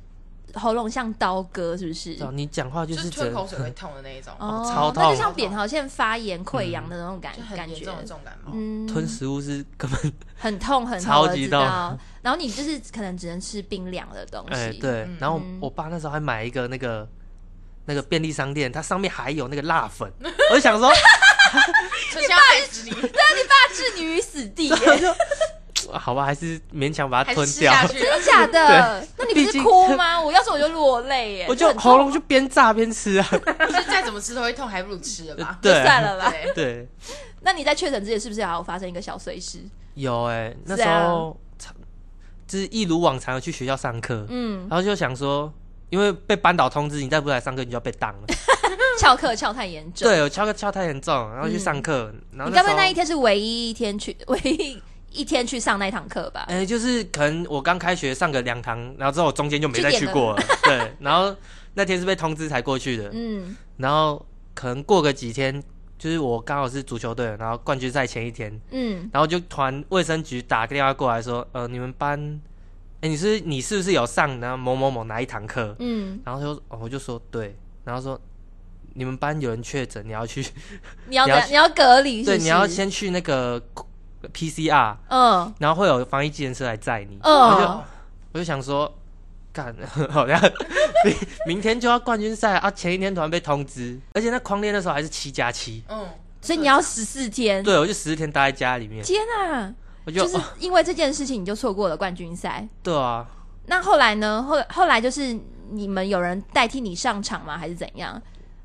Speaker 1: 喉咙像刀割，是不是？
Speaker 3: 对啊你讲话
Speaker 2: 就
Speaker 3: 就是是
Speaker 2: 吞
Speaker 3: 整
Speaker 2: 口水会痛的那一种，
Speaker 1: 哦，
Speaker 3: 超
Speaker 1: 那就
Speaker 3: 痛嗯
Speaker 1: 像扁桃腺发炎、溃疡的那种感
Speaker 2: 就很
Speaker 1: 感
Speaker 2: 严
Speaker 1: 觉
Speaker 2: 重，的重感冒。
Speaker 1: 嗯，
Speaker 3: 吞食物是根本
Speaker 1: 很痛很痛，
Speaker 3: 超
Speaker 1: 我
Speaker 3: 级
Speaker 1: 知
Speaker 3: 痛
Speaker 1: 道。然后你就是可能只能吃冰凉的东西，
Speaker 3: 哎、对，
Speaker 2: 嗯
Speaker 3: 然后
Speaker 1: 嗯
Speaker 3: 我我爸那时候还买一个那个那个便利商店，它上面还有那个辣 粉，我就想说，
Speaker 2: 所以现在害死你，
Speaker 1: 大置你于死地耶，
Speaker 3: 我就好吧，还是勉强把它
Speaker 2: 还
Speaker 3: 吞
Speaker 2: 是吃
Speaker 3: 掉，
Speaker 2: 下去。
Speaker 1: 真假的？那你不
Speaker 3: 毕
Speaker 1: 是
Speaker 3: 竟
Speaker 1: 哭吗？我要是我就落泪耶，
Speaker 3: 我就
Speaker 1: 很痛
Speaker 3: 喉咙就边炸边吃啊，
Speaker 2: 就是再怎么吃都会痛，还不如吃了吧。
Speaker 1: 就
Speaker 3: 对
Speaker 1: 算了吧。
Speaker 2: 对，
Speaker 3: 对，
Speaker 1: 那你在确诊之前是不是还有发生一个小碎事？
Speaker 3: 有哎、那
Speaker 1: 是
Speaker 3: 时
Speaker 1: 啊
Speaker 3: 候常就是一如往常的去学校上课，
Speaker 1: 嗯
Speaker 3: 然，后就想说，因为被班导通知你再不来上课，你就要被 当了，
Speaker 1: 翘课翘太严重。
Speaker 3: 对，我敲个敲太严重，然后去上课，然
Speaker 1: 嗯
Speaker 3: 后
Speaker 1: 你
Speaker 3: 那
Speaker 1: 该
Speaker 3: 时
Speaker 1: 不
Speaker 3: 候
Speaker 1: 会那一天是唯一一天去， 唯一一天去上那一堂课吧？
Speaker 3: 哎、就是可能我刚开学上个两堂，然后之后我中间就没
Speaker 1: 就
Speaker 3: 再
Speaker 1: 点
Speaker 3: 去
Speaker 1: 了
Speaker 3: 过了。 对，然后那天是被通知才过去的，
Speaker 1: 嗯，
Speaker 3: 然后可能过个几天，就是我刚好是足球队的，然后冠军赛前一天，
Speaker 1: 嗯，
Speaker 3: 然后就突然卫生局打个电话过来说，呃，你们班，哎、你是你是不是有上然后某某某哪一堂课？
Speaker 1: 嗯，
Speaker 3: 然后就、哦、我就说对，然后说你们班有人确诊，你要去，
Speaker 1: 你要
Speaker 3: 你要
Speaker 1: 等你要隔离，是
Speaker 3: 对，
Speaker 1: 不
Speaker 3: 你要
Speaker 1: 是
Speaker 3: 先去那个 PCR，
Speaker 1: 嗯
Speaker 3: 然后会有防疫计程车来载你。我就
Speaker 1: 嗯，
Speaker 3: 我就想说，干， 好像明明天就要冠军赛啊！前一天突然被通知，而且那狂练的时候还是七加七，
Speaker 2: 嗯，
Speaker 1: 所以你要十四天。
Speaker 3: 对我就十天待在家里面，
Speaker 1: 天啊！
Speaker 3: 我
Speaker 1: 嗯
Speaker 3: 就、
Speaker 1: 就是
Speaker 3: 哦
Speaker 1: 因为这件事情，你就错过了冠军赛。
Speaker 3: 对啊，
Speaker 1: 那后来呢？后后来就是你们有人代替你上场吗？还是怎样？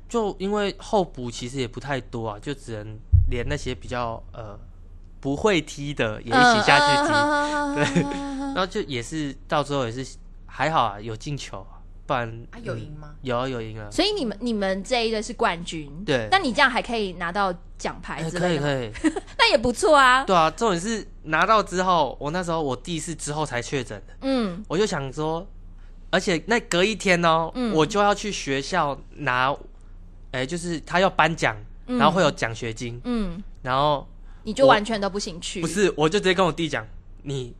Speaker 3: 就因为候补其实也不太多啊，就只能连那些比较呃不会踢的也一起下
Speaker 1: 嗯
Speaker 3: 去踢，
Speaker 1: 去踢。
Speaker 3: 然后就也是到最后也是还好啊，有进球啊，不然
Speaker 2: 啊有赢吗？
Speaker 3: 有啊有赢啊，
Speaker 1: 所以你们你们这一队是冠军，
Speaker 3: 对
Speaker 1: 那你这样还可以拿到奖牌
Speaker 3: 哎
Speaker 1: 之
Speaker 3: 可
Speaker 1: 类
Speaker 3: 以
Speaker 1: 的吗，
Speaker 3: 可以，
Speaker 1: 那也不错啊。
Speaker 3: 对啊，重点是拿到之后，我那时候我弟是之后才确诊的，
Speaker 1: 嗯，
Speaker 3: 我就想说，而且那隔一天哦，
Speaker 1: 嗯
Speaker 3: 我就要去学校拿，哎、就是他要颁奖，
Speaker 1: 嗯
Speaker 3: 然后会有奖学金，
Speaker 1: 嗯，
Speaker 3: 然后
Speaker 1: 你就
Speaker 3: 我
Speaker 1: 完全都不行去，
Speaker 3: 不是，我就直接跟我弟讲，你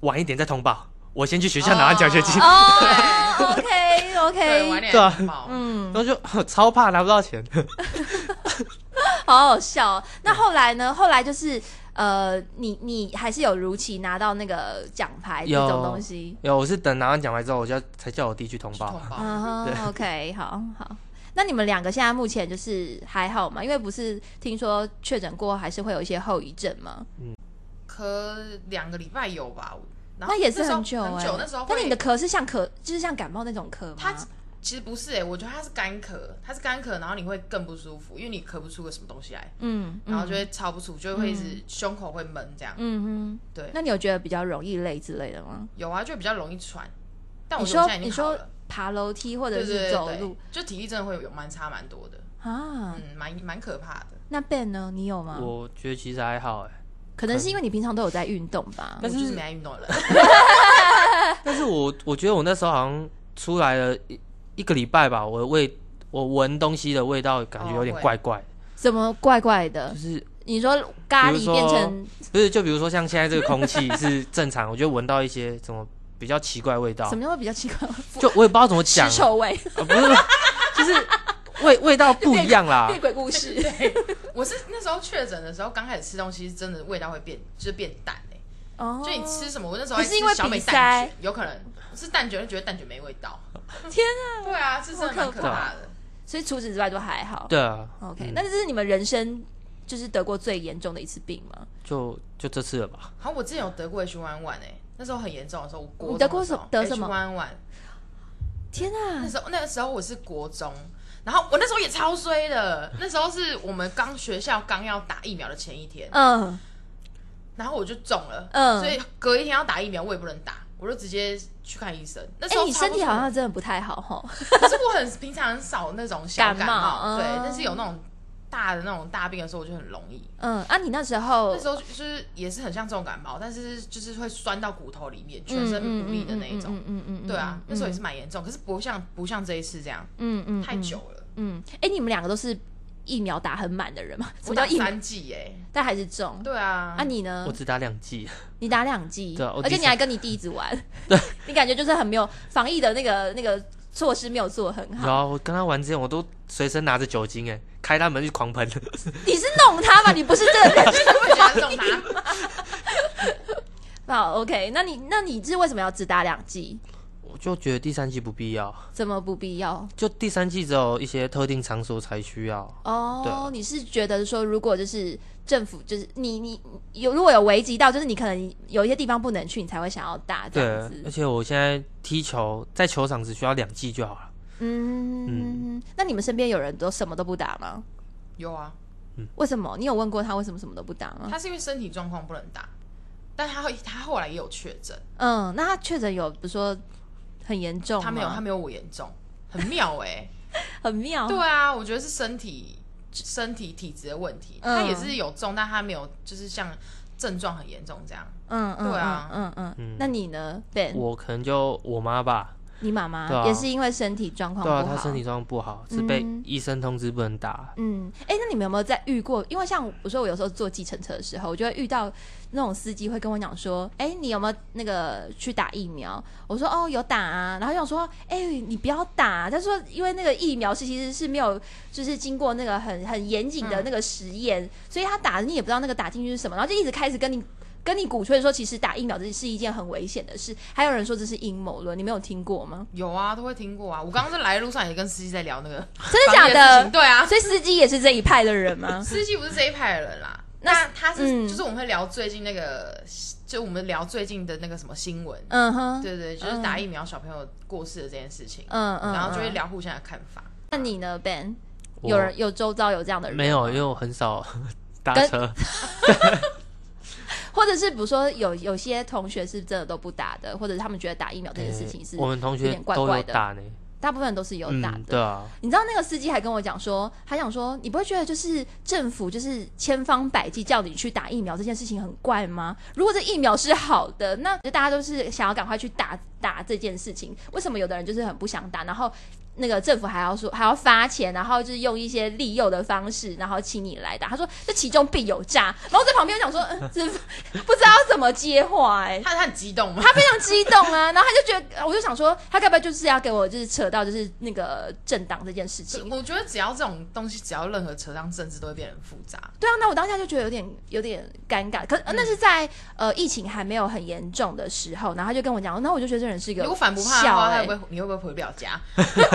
Speaker 3: 晚一点再通报，我先去学校拿完奖学金，
Speaker 1: 哦？OK
Speaker 2: 对，晚
Speaker 1: OK，
Speaker 2: 点
Speaker 3: 对啊
Speaker 2: 报。
Speaker 1: 嗯，
Speaker 3: 然后就超怕拿不到钱，
Speaker 1: 好好笑哦。那后来呢？后来就是呃，你你还是有如期拿到那个奖牌这
Speaker 3: 有
Speaker 1: 种东西。
Speaker 3: 有我是等拿完奖牌之后，我就要才叫我弟去通
Speaker 2: 去
Speaker 3: 报
Speaker 2: 通，报。
Speaker 1: 嗯哼
Speaker 3: 啊对
Speaker 1: ，OK，好好。那你们两个现在目前就是还好吗？因为不是听说确诊过还是会有一些后遗症吗？
Speaker 2: 可两个礼拜有吧，然后
Speaker 1: 那也是
Speaker 2: 时候
Speaker 1: 很久哎、
Speaker 2: 很久。那时候会，
Speaker 1: 但你的咳是像咳，就是像感冒那种咳吗？
Speaker 2: 它其实不是哎、我觉得它是干咳，它是干咳，然后你会更不舒服，因为你咳不出个什么东西来，
Speaker 1: 嗯，
Speaker 2: 然后就
Speaker 1: 得
Speaker 2: 会超不舒服，就会一直胸口会闷这样。
Speaker 1: 嗯嗯哼，
Speaker 2: 对，
Speaker 1: 那你有觉得比较容易累之类的吗？
Speaker 2: 有啊，就比较容易喘。但我
Speaker 1: 你
Speaker 2: 觉得我
Speaker 1: 说
Speaker 2: 现在已
Speaker 1: 你
Speaker 2: 经好
Speaker 1: 说
Speaker 2: 了，
Speaker 1: 爬楼梯或者
Speaker 2: 对对
Speaker 1: 是
Speaker 2: 对
Speaker 1: 走
Speaker 2: 对
Speaker 1: 路
Speaker 2: 就体力真的会有蛮差蛮多的，
Speaker 1: 啊？
Speaker 2: 嗯，蛮蛮可怕的。
Speaker 1: 那 Ben 呢？你有吗？
Speaker 3: 我觉得其实还好哎、
Speaker 1: 可能是因为你平常都有在运动吧
Speaker 2: 我。
Speaker 3: 但是
Speaker 2: 就是没爱运动了，
Speaker 3: 但是我我觉得我那时候好像出来了一一个礼拜吧，我的味我闻东西的味道感觉有点
Speaker 2: 哦会
Speaker 3: 怪怪的，
Speaker 1: 怎么怪怪的
Speaker 3: 就？是
Speaker 1: 你说咖
Speaker 3: 比
Speaker 1: 喱
Speaker 3: 如说
Speaker 1: 变成
Speaker 3: 不是，就比如说像现在这个空气是正常，我就闻到一些什么比较奇怪的味道
Speaker 1: 什，么叫会比较奇怪？
Speaker 3: 就我也不知道怎么讲
Speaker 1: 尸，臭味，
Speaker 3: 啊不是，就是味味道不一样啦
Speaker 1: 变。 鬼故事。
Speaker 2: 我是那时候确诊的时候，刚开始吃东西是真的味道会变，就是变淡哎、
Speaker 1: 哦
Speaker 2: 就你吃什么？我那时候
Speaker 1: 不
Speaker 2: 还
Speaker 1: 是因为
Speaker 2: 吃小美
Speaker 1: 鼻塞
Speaker 2: 蛋卷，有可能是蛋卷，就觉得蛋卷没味道。
Speaker 1: 天
Speaker 2: 啊！对啊，是真的蛮可怕的。
Speaker 1: 所以除此之外都还好。
Speaker 3: 对啊
Speaker 1: OK，、
Speaker 3: 嗯
Speaker 1: 那这是你们人生就是得过最严重的一次病吗？
Speaker 3: 就就这次了吧。
Speaker 2: 好，我之前有得过 H 1 1哎，那时候很严重的时候，我国
Speaker 1: 你得过什得什么
Speaker 2: H 1 1
Speaker 1: 天啊
Speaker 2: 那！时候那时候我是国中，然后我那时候也超衰的，那时候是我们刚学校刚要打疫苗的前一天，
Speaker 1: 嗯
Speaker 2: 然后我就中了，
Speaker 1: 嗯，
Speaker 2: 所以隔一天要打疫苗我也不能打，我就直接去看医生。那时
Speaker 1: 哎、
Speaker 2: 候
Speaker 1: 你
Speaker 2: 超
Speaker 1: 身
Speaker 2: 不
Speaker 1: 体好像
Speaker 2: 舒
Speaker 1: 真的不太好吼。
Speaker 2: 服，可是我很平常很少那种小
Speaker 1: 感
Speaker 2: 感
Speaker 1: 冒
Speaker 2: 对
Speaker 1: 嗯，
Speaker 2: 但是有那种大的那种大病的时候我就很容易。
Speaker 1: 嗯，啊，你那时候
Speaker 2: 那时候就是也是很像这种感冒，但是就是会酸到骨头里面，全身无力的那一
Speaker 1: 嗯嗯嗯
Speaker 2: 种。
Speaker 1: 嗯嗯嗯嗯嗯
Speaker 2: 对啊，那时候也是蛮严重，可是不像不像这一次这样，
Speaker 1: 嗯嗯
Speaker 2: 太久。了。
Speaker 1: 嗯，哎、你们两个都是疫苗打很满的人嘛？什
Speaker 2: 我
Speaker 1: 么叫
Speaker 2: 打
Speaker 1: 疫苗？
Speaker 2: 三剂哎，
Speaker 1: 但还是中。
Speaker 2: 对啊，
Speaker 1: 啊，你呢
Speaker 3: 我？只打两剂，
Speaker 1: 你打两剂，
Speaker 3: 对啊我
Speaker 1: 而且
Speaker 3: 第
Speaker 1: 你
Speaker 3: 三
Speaker 1: 还跟你弟一直玩， 对，你感觉就是很没有防疫的那个那个措施没有做得很好
Speaker 3: 然。后我跟他玩之前，我都随身拿着酒精，哎，开他门就狂喷，
Speaker 1: 你是弄他吧？你不是真的认真
Speaker 2: 我觉得中他，
Speaker 1: 好，OK，那你那你是为什么要只打两剂？
Speaker 3: 我就觉得第三剂不必要，
Speaker 1: 怎么不必要？
Speaker 3: 就第三剂只有一些特定场所才需要。对
Speaker 1: 哦
Speaker 3: 啊，
Speaker 1: 你是觉得说，如果就是政府就是你你有如果有危及到，就是你可能有一些地方不能去，你才会想要打这
Speaker 3: 对
Speaker 1: 样，
Speaker 3: 而
Speaker 1: 子。
Speaker 3: 且我现在踢球在球场只需要两剂就好了。
Speaker 1: 嗯，那你们身边有人都什么都不打吗？
Speaker 2: 有啊，
Speaker 3: 嗯
Speaker 1: 为什么？你有问过他为什么什么都不打吗？
Speaker 2: 他是因为身体状况不能打，但他会他后来也有确诊，
Speaker 1: 嗯，那他确诊有，比如说很严重吗，
Speaker 2: 他没有他没有我严重，很妙哎、
Speaker 1: 很妙，
Speaker 2: 对啊，我觉得是身体身体体质的问题，
Speaker 1: 嗯
Speaker 2: 他也是有中，但他没有就是像症状很严重这样，
Speaker 1: 嗯嗯，
Speaker 2: 对啊
Speaker 1: 嗯嗯嗯
Speaker 3: 嗯。
Speaker 1: 那你呢，Ben？
Speaker 3: 我可能就我妈吧，
Speaker 1: 你妈妈、
Speaker 3: 对啊
Speaker 1: 也是因为身体状况
Speaker 3: 对
Speaker 1: 不好。
Speaker 3: 啊，他身体状况不好，是被
Speaker 1: 嗯
Speaker 3: 医生通知不能打。
Speaker 1: 嗯，哎、那你们有没有在遇过？因为像我说，我有时候坐计程车的时候，我就会遇到那种司机会跟我讲说：“哎、你有没有那个去打疫苗？”我说：“哦，有打啊。”然后又说：“哎、你不要打、啊他说：“因为那个疫苗是其实是没有，就是经过那个很很严谨的那个实验，所以他打你也不知道那个打进去是什么，然后就一直开始跟你。”跟你鼓吹说，其实打疫苗这是一件很危险的事，还有人说这是阴谋论，你没有听过吗？
Speaker 2: 有啊，都会听过啊。我刚刚在来的路上也跟司机在聊那个
Speaker 1: 真的假
Speaker 2: 防疫事
Speaker 1: 的？
Speaker 2: 情对啊，
Speaker 1: 所以司机也是这一派的人吗？
Speaker 2: 司机不是这一派的人啦。
Speaker 1: 那
Speaker 2: 那他是、
Speaker 1: 嗯
Speaker 2: 就是我们会聊最近那个，就我们聊最近的那个什么新闻，
Speaker 1: 嗯哼，
Speaker 2: 对对，就是打疫苗小朋友过世的这件事情，
Speaker 1: 嗯嗯，
Speaker 2: 然后就会
Speaker 1: 嗯。
Speaker 2: 聊互相的看法。
Speaker 1: 那你呢，Ben？
Speaker 3: 我
Speaker 1: 有人有周遭有这样的人吗
Speaker 3: 没有，因为，我很少 搭
Speaker 1: 跟
Speaker 3: 车。
Speaker 1: 或者是比如说有有些同学是真的都不打的，或者他们觉得打疫苗这件事情是
Speaker 3: 欸我们同
Speaker 1: 有
Speaker 3: 学
Speaker 1: 点怪
Speaker 3: 都
Speaker 1: 怪
Speaker 3: 有
Speaker 1: 的
Speaker 3: 打呢，
Speaker 1: 大部分人都是有打的。
Speaker 3: 嗯，对啊，
Speaker 1: 你知道那个司机还跟我讲说，还想说你不会觉得就是政府就是千方百计叫你去打疫苗这件事情很怪吗？如果这疫苗是好的，那就大家都是想要赶快去打打这件事情，为什么有的人就是很不想打，然后那个政府还要说还要发钱，然后就是用一些利诱的方式，然后请你来打。他说这其中必有诈，然后在旁边想说，嗯，这不知道怎么接话哎、
Speaker 2: 他他很激动吗？
Speaker 1: 他非常激动啊，然后他就觉得，我就想说，他该不会就是要给我就是扯到就是那个政党这件事情？
Speaker 2: 我觉得只要这种东西，只要任何扯上政治，都会变得很复杂。
Speaker 1: 对啊，那我当下就觉得有点有点尴尬。可、呃那
Speaker 2: 嗯
Speaker 1: 是在呃疫情还没有很严重的时候，然后他就跟我讲，那我就觉得这人是一个
Speaker 2: 如果反不怕的话，
Speaker 1: 笑
Speaker 2: 他
Speaker 1: 欸
Speaker 2: 会不会你会不会回不了家？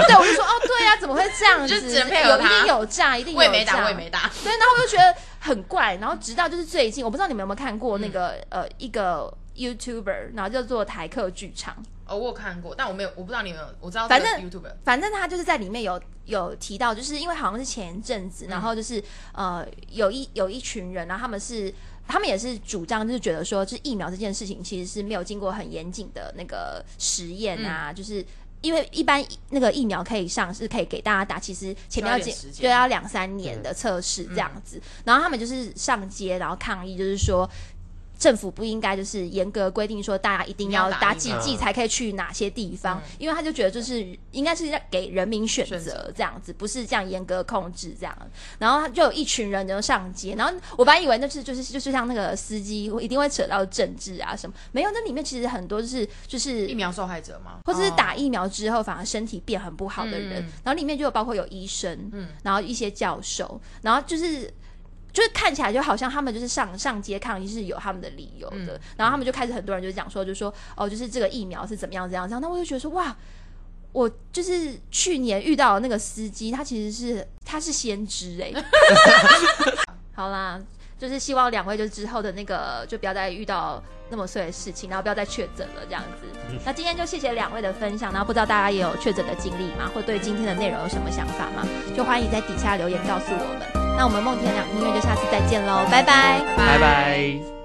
Speaker 1: 对，我就说哦，对啊，怎么会这样子？
Speaker 2: 就只能配合
Speaker 1: 有一
Speaker 2: 他
Speaker 1: 定有诈，一定有
Speaker 2: 我也没
Speaker 1: 诈
Speaker 2: 打，我也没打。
Speaker 1: 对，然后我就觉得很怪，然后直到就是最近，我不知道你们有没有看过
Speaker 2: 嗯
Speaker 1: 那个、呃一个 YouTuber，然后叫做台客剧场，
Speaker 2: 哦，我有看过，但我没有，我不知道你有没有，我知道
Speaker 1: 反
Speaker 2: 这个
Speaker 1: 正
Speaker 2: YouTube
Speaker 1: 反正他就是在里面有有提到，就是因为好像是前一阵
Speaker 2: 嗯
Speaker 1: 子，然后就是、呃有一有一群人，然后他们是他们也是主张，就是觉得说，就是疫苗这件事情其实是没有经过很严谨的那个实验
Speaker 2: 嗯
Speaker 1: 啊，就是。因为一般那个疫苗可以上是可以给大家打，其实前面要
Speaker 2: 需
Speaker 1: 几
Speaker 2: 要一点时间嗯
Speaker 1: 对要两三年的测试这样子，然后他们就是上街，然后抗议，就是说政府不应该就是严格规定说大家一定要
Speaker 2: 一定要打
Speaker 1: 打
Speaker 2: 疫
Speaker 1: 几
Speaker 3: 苗
Speaker 1: 剂才可以去哪些地方，
Speaker 2: 嗯
Speaker 1: 因为他就觉得就是应该是要给人民选
Speaker 2: 选
Speaker 1: 择
Speaker 2: 择
Speaker 1: 这样子，不是这样严格控制这样。然后他就有一群人就上街，然后我本来以为那是就是就是像那个司机一定会扯到政治啊什么，没有，那里面其实很多就是就是
Speaker 2: 疫苗受害者吗？
Speaker 1: 或者是打
Speaker 2: 哦，
Speaker 1: 疫苗之后反而身体变很不好的人，
Speaker 2: 嗯嗯
Speaker 1: 然后里面就有包括有医生，
Speaker 2: 嗯
Speaker 1: 然后一些教授，然后就是。就是看起来就好像他们就是上上街抗议是有他们的理由的，
Speaker 2: 嗯
Speaker 1: 然后他们就开始很多人就讲说，就说哦，就是这个疫苗是怎么样怎么样怎样，那我就觉得说哇，我就是去年遇到的那个司机，他其实是他是先知 哎、好啦，就是希望两位就之后的那个就不要再遇到那么碎的事情，然后不要再确诊了这样子。那今天就谢谢两位的分享，然后不知道大家也有确诊的经历吗？或对今天的内容有什么想法吗？就欢迎在底下留言告诉我们。那我们梦田两音乐就下次再见喽，拜拜。
Speaker 3: 拜拜。